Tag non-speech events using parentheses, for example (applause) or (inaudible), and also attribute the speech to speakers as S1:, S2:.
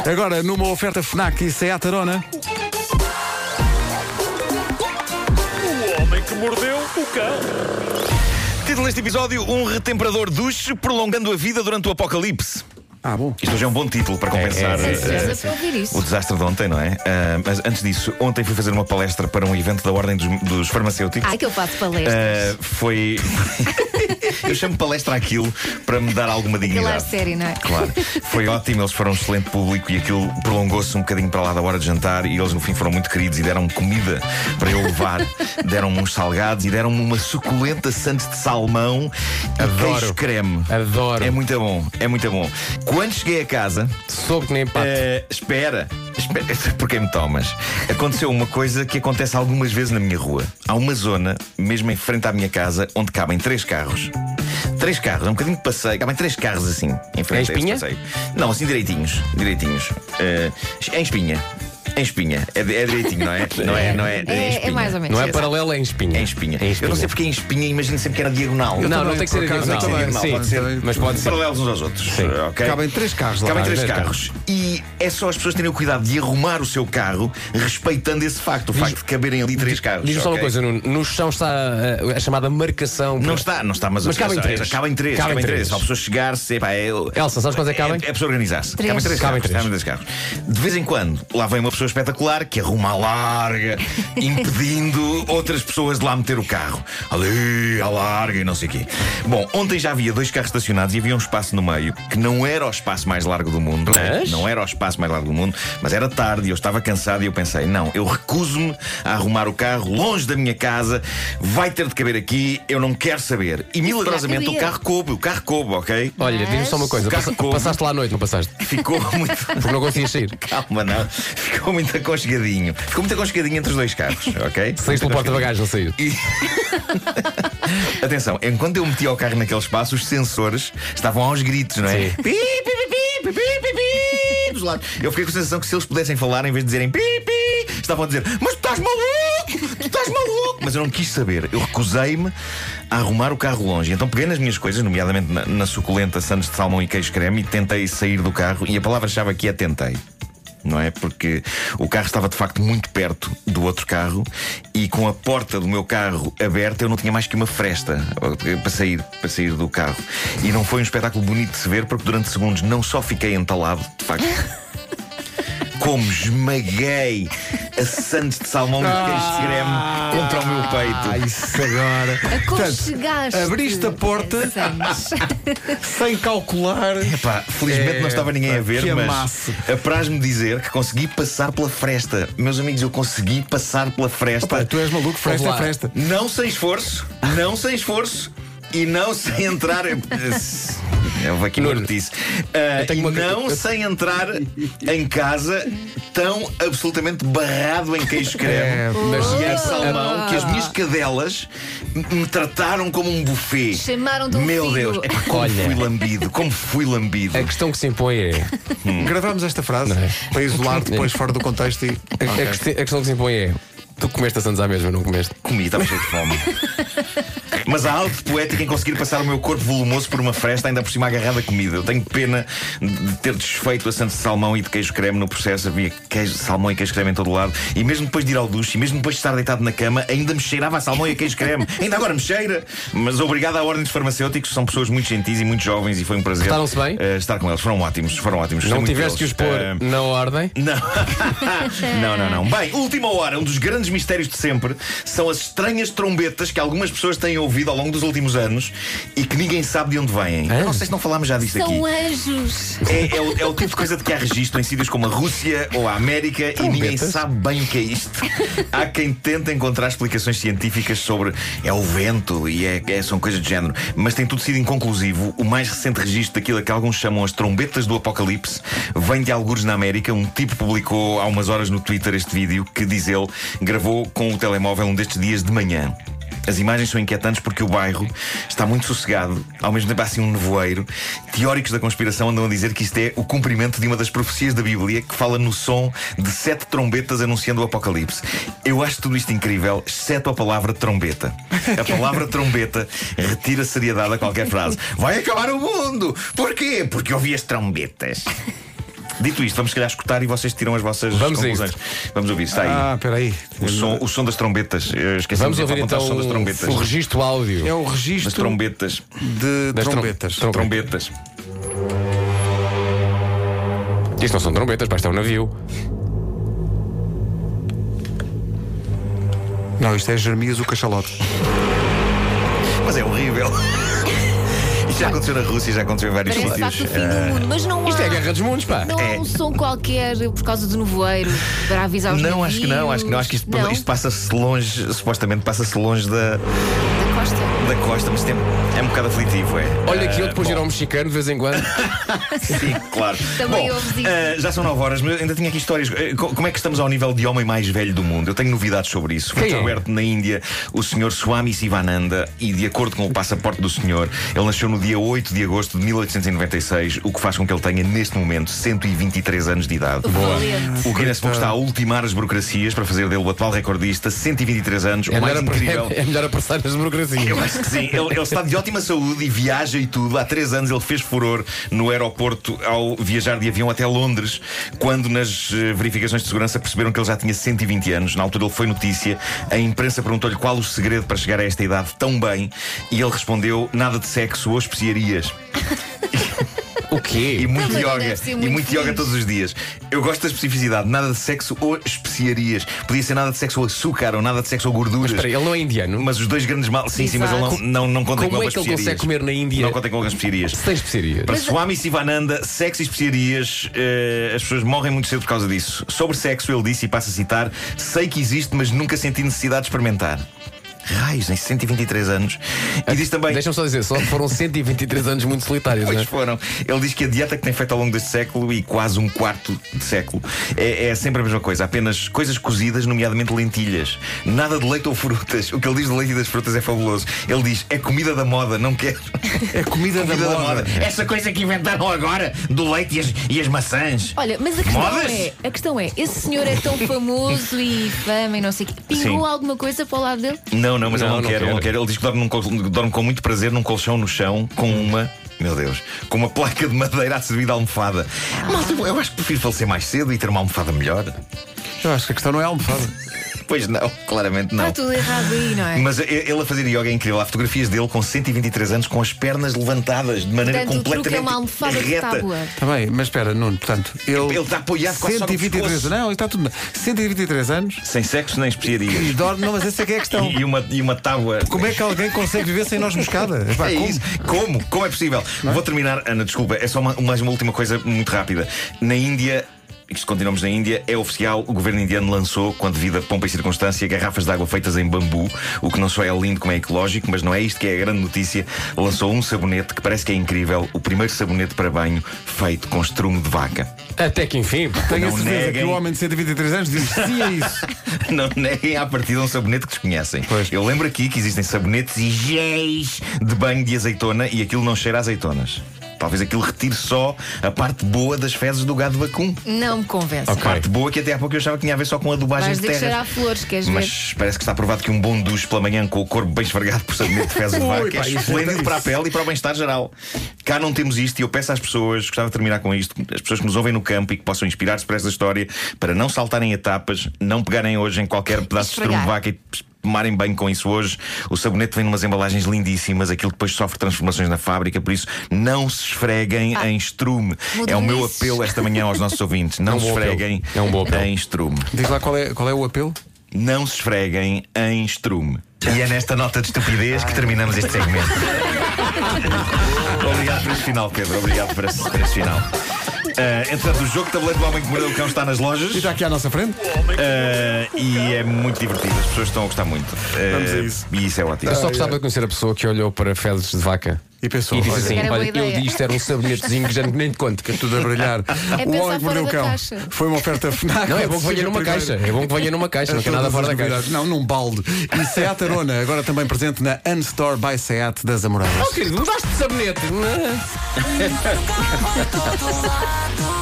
S1: Agora, numa oferta FNAC e Seat Arona,
S2: O homem que mordeu o cão.
S3: Título deste episódio: Um retemperador duche prolongando a vida durante o apocalipse.
S1: Ah, bom.
S3: Isto hoje é um bom título para compensar
S4: é, é,
S3: eh,
S4: é, é, para ouvir isso.
S3: o desastre de ontem, não é? Ah, mas antes disso, ontem fui fazer uma palestra para um evento da Ordem dos, dos Farmacêuticos.
S4: Ai, que eu faço palestras.
S3: Ah,
S4: (laughs)
S3: foi. (laughs) eu chamo palestra aquilo para me dar alguma
S4: Aquilo é
S3: dignidade.
S4: sério, não é?
S3: Claro, foi ótimo, eles foram um excelente público e aquilo prolongou-se um bocadinho para lá da hora de jantar e eles no fim foram muito queridos e deram comida para eu
S5: (laughs)
S3: levar, deram-me uns salgados e deram-me uma suculenta sandes de salmão
S5: Adoro.
S3: e queijo creme.
S5: Adoro.
S3: É muito bom, é muito bom. Quando cheguei a casa,
S5: Soube que nem empate.
S1: É.
S3: eh, espera, espera, (laughs) por quem me tomas? Aconteceu uma coisa que acontece algumas vezes na minha rua. Há uma zona, mesmo em frente à minha casa, onde cabem três carros. Três carros, é um bocadinho de passeio, cabem três carros assim, em frente
S5: Em
S3: a esse
S5: espinha?
S3: passeio. Não, assim direitinhos, direitinhos. Eh, em espinha. Em espinha. É, é direitinho,
S5: (laughs)
S3: não é? Não é, não é,
S4: É- é
S3: em espinha.
S4: mais ou menos.
S5: não é
S4: Exato.
S5: paralelo, é em espinha.
S3: É em espinha.
S5: É em
S3: Eu não sei porque é em espinha, imagino sempre que era diagonal.
S5: Não, não
S1: também,
S5: tem que ser
S1: por acaso,
S5: diagonal.
S1: eu
S3: é
S1: também.
S5: Sim,
S1: Pode ser.
S5: mas pode ser.
S3: paralelos uns aos outros. eh, ok?
S1: cabem três carros lá.
S3: Cabem
S5: Ah,
S3: três
S5: dois
S3: carros. E é só as pessoas terem o cuidado de arrumar o seu carro, respeitando esse facto, o facto de caberem ali três carros.
S5: Diz-me só uma
S3: ok?
S5: coisa, Nuno. No chão está ah, a, chamada marcação.
S3: Não está, não está, mas,
S5: Mas cabem
S3: mas-
S5: três.
S3: Cabem três,
S5: Cabem
S3: cabem, três.
S5: três.
S3: Só a pessoa chegar-se. epá, é-
S5: Elsa, sabes quantas é que cabem?
S3: É, é pessoa organizar-se.
S4: Três.
S3: Cabem três,
S5: Cabem
S3: carros,
S5: três.
S3: cabem três carros. De vez em quando, lá vem uma pessoa espetacular que arruma a
S5: (laughs)
S3: larga, impedindo outras pessoas de lá meter o carro. Ali, à larga e não sei o quê. Bom, ontem já havia dois carros estacionados e havia um espaço no meio que não era o espaço mais largo do mundo.
S5: Mas?
S3: Não era o espaço mais largo do mundo, mas era tarde e eu estava cansado e eu pensei: não, eu recuso-me a arrumar o carro longe da minha casa, vai ter de caber aqui, eu não quero saber. E milagrosamente o
S4: cabia.
S3: carro coube, o carro coube, ok?
S5: Olha,
S4: Mas-
S5: diz-me só uma coisa.
S3: O carro
S5: passa-
S3: como?
S5: passaste lá à noite, não passaste?
S3: Ficou muito.
S5: Porque não
S3: (laughs)
S5: conseguias sair.
S3: Calma, não. Ficou muito aconchegadinho. Ficou muito aconchegadinho entre os dois carros, ok?
S5: (laughs) Saíste pelo porta-bagagens, não saiu.
S3: E- Atenção, enquanto eu metia o carro naquele espaço, os sensores estavam aos gritos, não é?
S5: Sim.
S3: Pi, pi, pi, pi, pi, pi, pi, pi, dos lados. Eu fiquei com a sensação que se eles pudessem falar, em vez de dizerem pi, pi, estavam a dizer: Mas tu estás maluco! Tu estás maluco! Mas eu não quis saber. Eu recusei-me a arrumar o carro longe. Então peguei nas minhas coisas, nomeadamente na, na suculenta Sandes de Salmão e Queijo Creme, e tentei sair do carro. E a palavra-chave aqui é tentei não é? Porque o carro estava de facto muito perto do outro carro e com a porta do meu carro aberta eu não tinha mais que uma fresta eh, para sair, para sair do carro. E não foi um espetáculo bonito de se ver porque durante segundos não só fiquei entalado,
S1: (laughs)
S3: de facto. Como esmaguei a sandes de salmão de queijo de
S1: Ah.
S3: creme contra o meu peito.
S1: isso agora.
S4: Aconchegaste.
S1: abriste a porta.
S4: Sandes.
S1: Sem calcular.
S3: Epá, felizmente
S1: É,
S3: não estava ninguém a ver,
S1: que
S3: mas
S1: amasso.
S3: apraz-me dizer que consegui passar pela fresta. Meus amigos, eu consegui passar pela fresta.
S1: Pá, tu és maluco, fresta
S5: Vamos lá.
S1: fresta.
S3: Não sem esforço, não sem esforço e não sem entrar.
S5: (laughs)
S3: em- Houve aqui uma
S5: Nuno,
S3: notícia. Ah,
S5: eu tenho
S3: e
S5: uma-
S3: não
S5: (laughs) eu-
S3: sem entrar em casa tão absolutamente barrado em queijo creme.
S5: É, mas-
S3: e em
S5: Oh.
S3: salmão que as minhas cadelas me trataram como um buffet.
S4: Chamaram-te um
S3: Meu
S4: filho.
S3: Deus, é pá, como
S5: Olha.
S3: fui lambido, como fui lambido.
S5: A questão que se impõe é.
S1: Hum. Gravámos esta frase para isolar depois fora do contexto e.
S5: A, a questi- a questão que se impõe é. Tu comeste a Santos à mesma, não comeste?
S3: Comi, estava cheio de fome. Mas há algo de poético em conseguir passar o meu corpo volumoso por uma fresta, ainda por cima agarrada a comida. Eu tenho pena de ter desfeito a Santos de Salmão e de queijo creme no processo. Havia queijo, salmão e queijo creme em todo lado. E mesmo depois de ir ao duche, e mesmo depois de estar deitado na cama, ainda me cheirava a salmão e a queijo creme. Ainda agora me cheira. Mas obrigado à Ordem dos Farmacêuticos, são pessoas muito gentis e muito jovens e foi um prazer
S5: Portaram-se bem?
S3: eh, estar com eles. Foram ótimos, foram ótimos. Gostei
S5: Não
S3: muito
S5: tiveste que os
S3: deles.
S5: pôr
S3: Eh,
S5: na ordem?
S3: não. não, (laughs) não, não. Bem, última hora, um dos grandes mistérios de sempre são as estranhas trombetas que algumas pessoas têm ouvido ao longo dos últimos anos e que ninguém sabe de onde vêm. Eu não sei se não falámos já disto aqui.
S4: São anjos.
S3: É, é o, é o tipo de coisa de que há registro em sítios como a Rússia ou a América e ninguém sabe bem o que é isto. Há quem tenta encontrar explicações científicas sobre é o vento e é, é- são coisas do género, mas tem tudo sido inconclusivo. O mais recente registro daquilo que alguns chamam as trombetas do apocalipse vem de algures na América. Um tipo publicou há umas horas no Twitter este vídeo que, diz ele, gravou com o telemóvel um destes dias de manhã. As imagens são inquietantes porque o bairro está muito sossegado, ao mesmo tempo há assim um nevoeiro. Teóricos da conspiração andam a dizer que isto é o cumprimento de uma das profecias da Bíblia que fala no som de sete trombetas anunciando o apocalipse. Eu acho tudo isto incrível, exceto a palavra trombeta. A palavra trombeta retira seriedade a qualquer frase. Vai acabar o mundo! Porquê? Porque ouvi as trombetas. Dito isto, vamos se calhar escutar e vocês tiram as vossas
S5: Vamos a
S3: conclusões. Vamos ouvir, está aí.
S1: Ah, peraí.
S3: O som, o som das trombetas. Eu esqueci
S5: Vamos
S3: de
S5: ouvir
S3: apontar
S5: então
S3: o é som das trombetas.
S5: o registro áudio.
S1: É o
S3: Das
S1: registro
S3: trombetas.
S1: de
S5: Das trom-
S1: trombetas.
S5: trom-
S3: Trombetas.
S5: Isto não são trombetas, basta um navio.
S1: Não, isto é Jeremias o Cachalote.
S3: Mas é horrível. (laughs) Isto já aconteceu na Rússia, já aconteceu em vários
S4: Parece de
S3: sítios.
S4: facto o fim do mundo, mas não
S5: Isto é a
S4: há.
S5: Guerra dos Mundos, pá.
S4: Não há um som qualquer por causa do nevoeiro para avisar os
S3: Não, acho que não,
S4: navios.
S3: acho que não, acho que isto,
S4: Não,
S3: isto passa-se longe, supostamente passa-se longe da,
S4: da costa.
S3: da costa, mas tem, é um bocado aflitivo, é.
S5: Olha que eu
S3: Ah,
S5: depois
S3: bom, É
S5: ir ao mexicano de vez em quando. é
S3: Sim, claro.
S4: (laughs) Também
S3: bom,
S4: ouves isso.
S3: ah, já são 9 horas, mas eu ainda tinha aqui histórias. Eh, co- Como é que estamos ao nível de homem mais velho do mundo? Eu tenho novidades sobre isso. Foi
S5: Quem é?
S3: descoberto na Índia o senhor Swami Sivananda e, de acordo com o passaporte do senhor, ele nasceu no dia 8 de agosto de 1896, o que faz com que ele tenha, neste momento, 123 anos de idade.
S4: Valente.
S3: O Guinness Book está a ultimar as burocracias para fazer dele o atual recordista, 123 anos,
S5: É
S3: o mais
S5: melhor, apre- (laughs)
S3: incrível. É
S5: é melhor apressar as burocracias.
S3: Eu acho que sim. Ele, ele está de ótima saúde e viaja e tudo. Há três anos ele fez furor no aeroporto ao viajar de avião até Londres, quando nas eh, verificações de segurança perceberam que ele já tinha 120 anos. Na altura ele foi notícia. A imprensa perguntou-lhe qual o segredo para chegar a esta idade tão bem e ele respondeu: nada de sexo ou especiarias.
S5: O
S3: E
S5: quê?
S3: muito
S4: Também não
S3: yoga.
S4: Então, deve ser
S3: E
S4: muito
S3: muito
S4: feliz.
S3: yoga todos os dias. Eu gosto da especificidade: nada de sexo ou especiarias. Podia ser nada de sexo ou açúcar ou nada de sexo ou gorduras.
S5: Espera, aí, ele não é indiano.
S3: Mas os dois grandes mal. Sim, sim, mas ele
S4: Exato.
S3: não, não, não conta
S5: Como
S3: com
S5: é
S3: as
S5: que ele
S3: especiarias.
S5: consegue comer na Índia? é-
S3: Não conta com as especiarias.
S5: Sem especiarias.
S3: Para Swami Sivananda, sexo e especiarias, eh, as pessoas morrem muito cedo por causa disso. Sobre sexo, ele disse, e passo a citar: Sei que existe, mas nunca senti necessidade de experimentar. Raios, em 123 anos.
S5: É
S3: E diz também.
S5: Deixa-me só dizer, só foram 123 anos muito solitários, não
S3: Pois
S5: é?
S3: foram. Ele diz que a dieta que tem feito ao longo deste século e quase um quarto de século é, é sempre a mesma coisa, apenas coisas cozidas, nomeadamente lentilhas. Nada de leite ou frutas. O que ele diz de leite e das frutas é fabuloso. Ele diz: é comida da moda, não quero.
S1: É
S3: (laughs)
S1: comida,
S3: Comida da moda. Essa coisa que inventaram agora do leite e as, e as maçãs.
S4: Olha, mas a questão
S3: Modas?
S4: é, a questão é, esse senhor é tão famoso e fama e não sei o quê. Pingou
S3: Sim.
S4: alguma coisa para o lado dele?
S3: Não, não, mas
S5: Não,
S3: ele não,
S5: não
S3: quer, ele não
S5: quero.
S3: quer. Ele diz que dorme, num col- dorme com muito prazer num colchão no chão com uma. Meu Deus, com uma placa de madeira a servir de almofada. Malta, eu acho que prefiro falecer mais cedo e ter uma almofada melhor.
S1: Eu acho que a questão não é almofada.
S3: Pois não, claramente não.
S4: Está tudo errado aí, não é?
S3: Mas e- ele a fazer yoga é incrível. Há fotografias dele com 123 anos, com as pernas levantadas de maneira
S4: Portanto, o
S3: completamente
S4: truque é uma almofada de
S3: reta.
S4: tábua.
S1: Está Tá bem, mas espera, Nuno, portanto, ele. tá
S3: Ele está apoiado quase só no
S1: 123
S3: pescoço.
S1: anos. Não, está tudo bem. 123 anos
S3: Sem sexo nem
S1: e
S3: especiarias.
S1: dorme. Não, mas essa é que é a (laughs) questão.
S3: E, e uma, e uma tábua.
S1: Como é que alguém consegue viver sem nós moscada? Epá,
S3: É
S1: como?
S3: isso. Como? Como é possível? Vou terminar, Ana, desculpa, é só uma- mais uma última coisa muito rápida. Na Índia. e se continuamos na Índia, é oficial, o governo indiano lançou, com a devida pompa e circunstância, garrafas de água feitas em bambu, o que não só é lindo como é ecológico, mas não é isto que é a grande notícia. Lançou um sabonete que parece que é incrível, o primeiro sabonete para banho feito com estrume de vaca.
S5: Até que enfim, pá.
S1: Tenho a
S3: Não
S1: certeza
S3: neguem.
S1: que o homem de 123 anos diz sim a (laughs) isso.
S3: (laughs) Não neguem à partida um sabonete que desconhecem.
S1: Pois.
S3: Eu lembro aqui que existem sabonetes e géis de banho de azeitona e aquilo não cheira a azeitonas. Talvez aquilo retire só a parte boa das fezes do gado vacum.
S4: Não me convence.
S5: Ok.
S3: Parte boa que até há pouco eu achava que tinha a ver só com a adubagem
S4: Vais
S3: de
S4: dizer que cheira a
S3: terras.
S4: flores, queres ver?
S3: Mas parece que está provado que um bom duche pela manhã com o corpo bem esfregado por sabonete de fezes de
S1: Ui,
S3: vaca
S1: pá,
S3: é
S1: isso-
S3: esplêndido para a pele e para o bem-estar geral. Cá não temos isto e eu peço às pessoas, gostava de terminar com isto, as pessoas que nos ouvem no campo e que possam inspirar-se para esta história, para não saltarem etapas, não pegarem hoje em qualquer pedaço de estrume de
S4: Esfregar.
S3: vaca e tomarem bem com isso hoje. O sabonete vem numas embalagens lindíssimas, aquilo depois sofre transformações na fábrica, por isso não se esfreguem em estrume. É o meu
S4: modernices.
S3: apelo esta manhã aos nossos ouvintes. Não
S5: É um
S3: se
S5: bom apelo.
S3: esfreguem
S5: É um bom apelo.
S3: em estrume.
S1: Diz lá qual é, qual é o apelo?
S3: Não se esfreguem em estrume. E é nesta nota de estupidez que terminamos este segmento. Obrigado por este final, Pedro. Obrigado por este, por este final. Ah, entretanto, o jogo de tabuleiro do Homem que Mordeu o Cão está nas lojas
S1: E está aqui à nossa frente?
S3: ah, e é muito divertido. As pessoas estão a gostar muito. Ah,
S1: Vamos a isso.
S3: E isso é ótimo.
S5: Eu só gostava de conhecer a pessoa que olhou para fezes de vaca
S1: E pensou,
S5: e disse
S1: olha,
S5: assim:
S4: Era boa
S5: Olha, eu
S4: ideia."
S5: disse isto era um sabonetezinho que já nem te conto.
S1: que é tudo a brilhar. o
S4: pensar
S1: homem que mordeu o
S4: fora da
S1: cão.
S4: caixa.
S1: Foi uma (laughs) oferta FNAC.
S5: Não, é bom que
S1: Siga
S5: venha numa
S1: primeiro.
S5: caixa. É bom que venha numa caixa, não tem nada
S1: Todas
S5: fora
S1: as
S5: da caixa.
S3: É
S1: novidades. Não, num balde. E Seat Arona, agora também presente na Unstore by Seat das Amoradas.
S5: Oh, querido, mudaste de sabonete.
S6: do carro ao todo lado.